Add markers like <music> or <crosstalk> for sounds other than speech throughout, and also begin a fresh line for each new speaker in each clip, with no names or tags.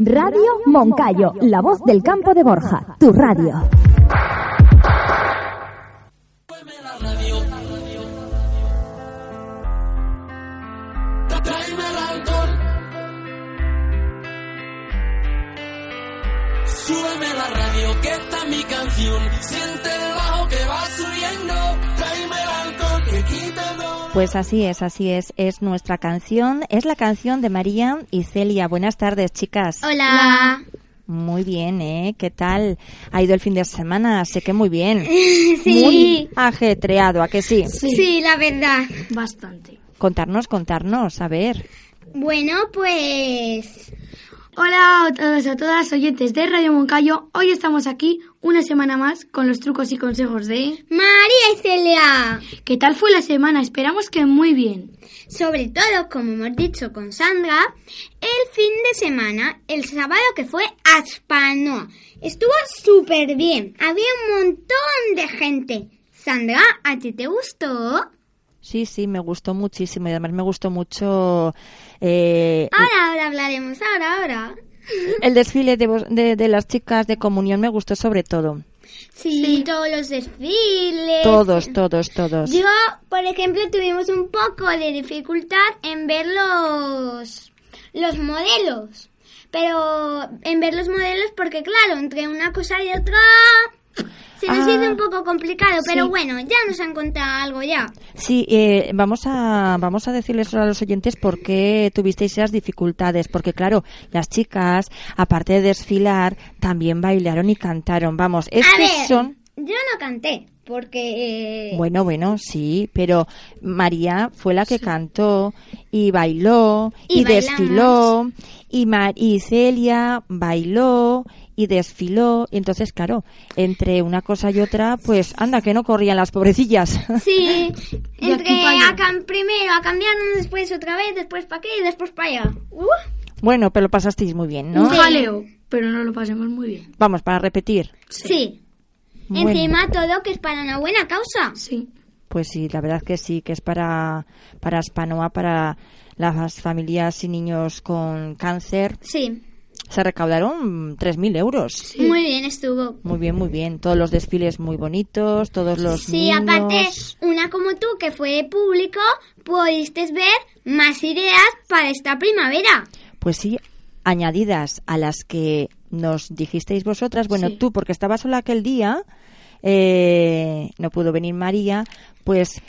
Radio Moncayo, la voz del campo de Borja, tu radio.
Tráeme el alcohol. Súbeme la radio, que esta es mi canción. Siente el bajo que va subiendo. Tráeme el alcohol, que quita el dolor.
Pues así es, así es, es nuestra canción, es la canción de María y Celia. Buenas tardes, chicas.
Hola.
Muy bien, ¿eh? ¿Qué tal? Ha ido el fin de semana, sé que muy bien.
<laughs> Sí.
Muy ajetreado, ¿a que sí?
sí. la verdad.
Bastante.
Contarnos, contarnos, a ver.
Bueno, pues...
Hola a todos, a todas oyentes de Radio Moncayo. Hoy estamos aquí una semana más con los trucos y consejos de...
María y Celia.
¿Qué tal fue la semana? Esperamos que muy bien.
Sobre todo, como hemos dicho con Sandra, el fin de semana, el sábado que fue Aspanoa. Estuvo súper bien. Había un montón de gente. Sandra, ¿a ti te gustó?
Sí, sí, me gustó muchísimo y además me gustó mucho eh,
Ahora, ahora hablaremos, ahora, ahora.
el desfile de, vos- de- de las chicas de comunión, me gustó sobre todo.
Sí, todos los desfiles.
Todos, todos, todos.
Yo, por ejemplo, tuvimos un poco de dificultad en ver los, los modelos. Pero en ver los modelos porque, claro, entre una cosa y otra se nos
Ah.
hizo un poco complicado. Pero
Sí.
bueno, ya nos han contado algo ya.
Sí, eh, vamos a vamos a decirles ahora a los oyentes por qué tuvisteis esas dificultades, porque claro, las chicas, aparte de desfilar, también bailaron y cantaron. Vamos, es
A
que
ver,
son
yo no canté porque... eh,
bueno, bueno, sí, pero María fue la que cantó y bailó y,
Y bailamos.
desfiló y, Ma- y Celia bailó y desfiló. Y entonces, claro, entre una cosa y otra, pues anda, que no corrían las pobrecillas. <laughs>
Sí,
De
entre
aquí pa' allá.
a cam- primero a cambiarnos, después otra vez, después para aquí y después para allá. Uh,
bueno, pero lo pasasteis muy bien, ¿no?
Un jaleo, pero no lo pasemos muy bien.
Vamos, para repetir.
sí.
Bueno.
Encima todo que es para una buena causa.
Sí.
Pues sí, la verdad que sí, que es para, para Aspanoa, para las familias y niños con cáncer.
Sí.
Se recaudaron 3.000 euros.
Muy bien estuvo.
Muy bien, muy bien. Todos los desfiles muy bonitos, todos los
Sí,
niños.
aparte, una como tú que fue de público, pudiste ver más ideas para esta primavera.
Pues sí, añadidas a las que nos dijisteis vosotras. Bueno,
Sí.
tú, porque estabas sola aquel día, eh, no pudo venir María, pues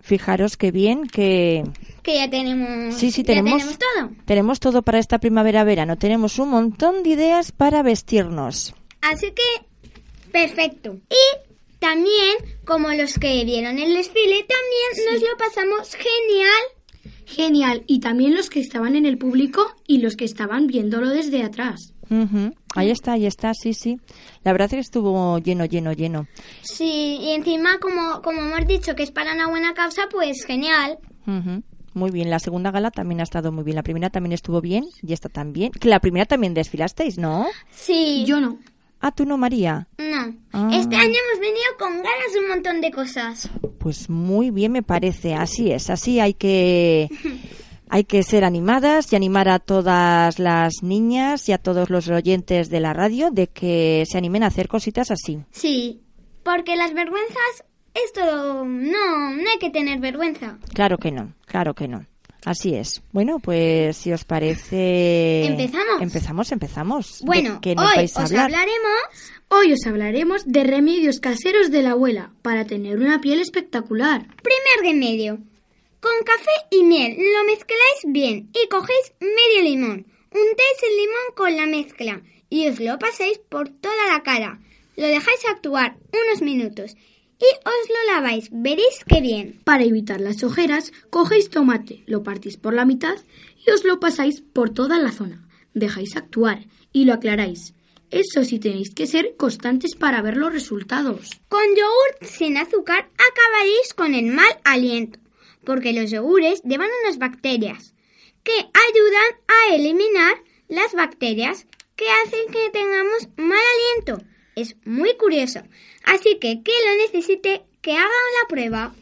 fijaros qué bien que
Que ya tenemos,
Sí, sí,
ya
tenemos,
tenemos todo.
Tenemos todo para esta primavera-verano. Tenemos un montón de ideas para vestirnos.
Así que, perfecto. Y también, como los que vieron el desfile, también nos lo pasamos genial.
Genial. Y también los que estaban en el público y los que estaban viéndolo desde atrás.
Ujú.
Mm.
Ahí está, ahí está, sí, sí. La verdad es que estuvo lleno, lleno, lleno.
Sí, y encima, como, como hemos dicho que es para una buena causa, pues genial.
Ujú. Muy bien, la segunda gala también ha estado muy bien. La primera también estuvo bien y esta también. Que la primera también desfilasteis, ¿no?
Sí.
Yo no.
Ah, tú no, María.
No.
Ah.
Este año hemos venido con ganas de un montón de cosas.
Pues muy bien me parece, así es, así hay que hay que ser animadas y animar a todas las niñas y a todos los oyentes de la radio de que se animen a hacer cositas así.
Sí, porque las vergüenzas, esto no, no hay que tener vergüenza.
Claro que no, claro que no. Así es. Bueno, pues si os parece
¿Empezamos?
Empezamos, empezamos. ¿De
Bueno,
qué nos
hoy
vais
os
a hablar?
hablaremos
Hoy os hablaremos de remedios caseros de la abuela para tener una piel espectacular.
primer remedio. Con café y miel lo mezcláis bien y cogéis medio limón. Untáis el limón con la mezcla y os lo paséis por toda la cara. Lo dejáis actuar unos minutos y os lo laváis. Veréis qué bien.
Para evitar las ojeras, cogéis tomate, lo partís por la mitad y os lo pasáis por toda la zona. Dejáis actuar y lo aclaráis. Eso sí tenéis que ser constantes para ver los resultados.
Con yogur sin azúcar acabaréis con el mal aliento, porque los yogures llevan unas bacterias que ayudan a eliminar las bacterias que hacen que tengamos mal aliento. Es muy curioso. Así que que lo necesite, que haga la prueba.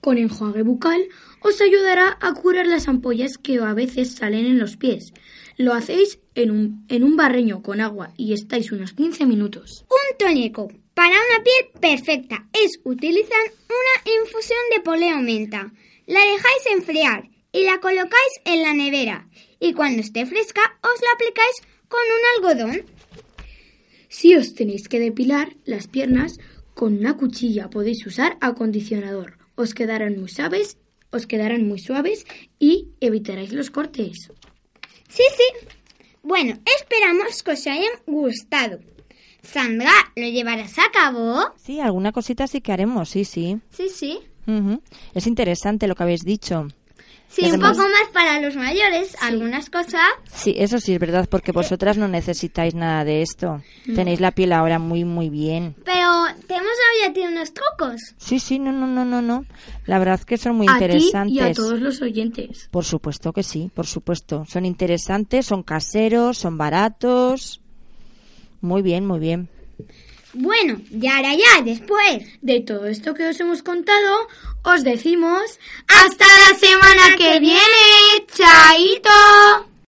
Con enjuague bucal os ayudará a curar las ampollas que a veces salen en los pies. Lo hacéis en un, en un barreño con agua y estáis unos 15 minutos.
Un tónico para una piel perfecta es utilizar una infusión de poleo menta. La dejáis enfriar y la colocáis en la nevera. Y cuando esté fresca, os la aplicáis con un algodón.
Si os tenéis que depilar las piernas con una cuchilla podéis usar acondicionador. Os quedarán muy suaves, os quedarán muy suaves y evitaréis los cortes.
Sí, sí. Bueno, esperamos que os hayan gustado. Sandra, ¿lo llevarás a cabo?
Sí, alguna cosita sí que haremos, sí, sí.
Sí, sí.
Ujú. Es interesante lo que habéis dicho.
Sí,
Las
un
demás-
poco más para los mayores, algunas cosas.
Sí, eso sí es verdad, porque vosotras no necesitáis nada de esto. Tenéis la piel ahora muy, muy bien.
Pero te hemos dado ya tiene unos trucos.
Sí, sí, no, no, no, no, no. La verdad que son muy
a ti
interesantes.
y a todos los oyentes.
Por supuesto que sí, por supuesto. Son interesantes, son caseros, son baratos. Muy bien, muy bien.
Bueno, ya hará ya, después.
De todo esto que os hemos contado, os decimos
Hasta la semana que viene, chaito.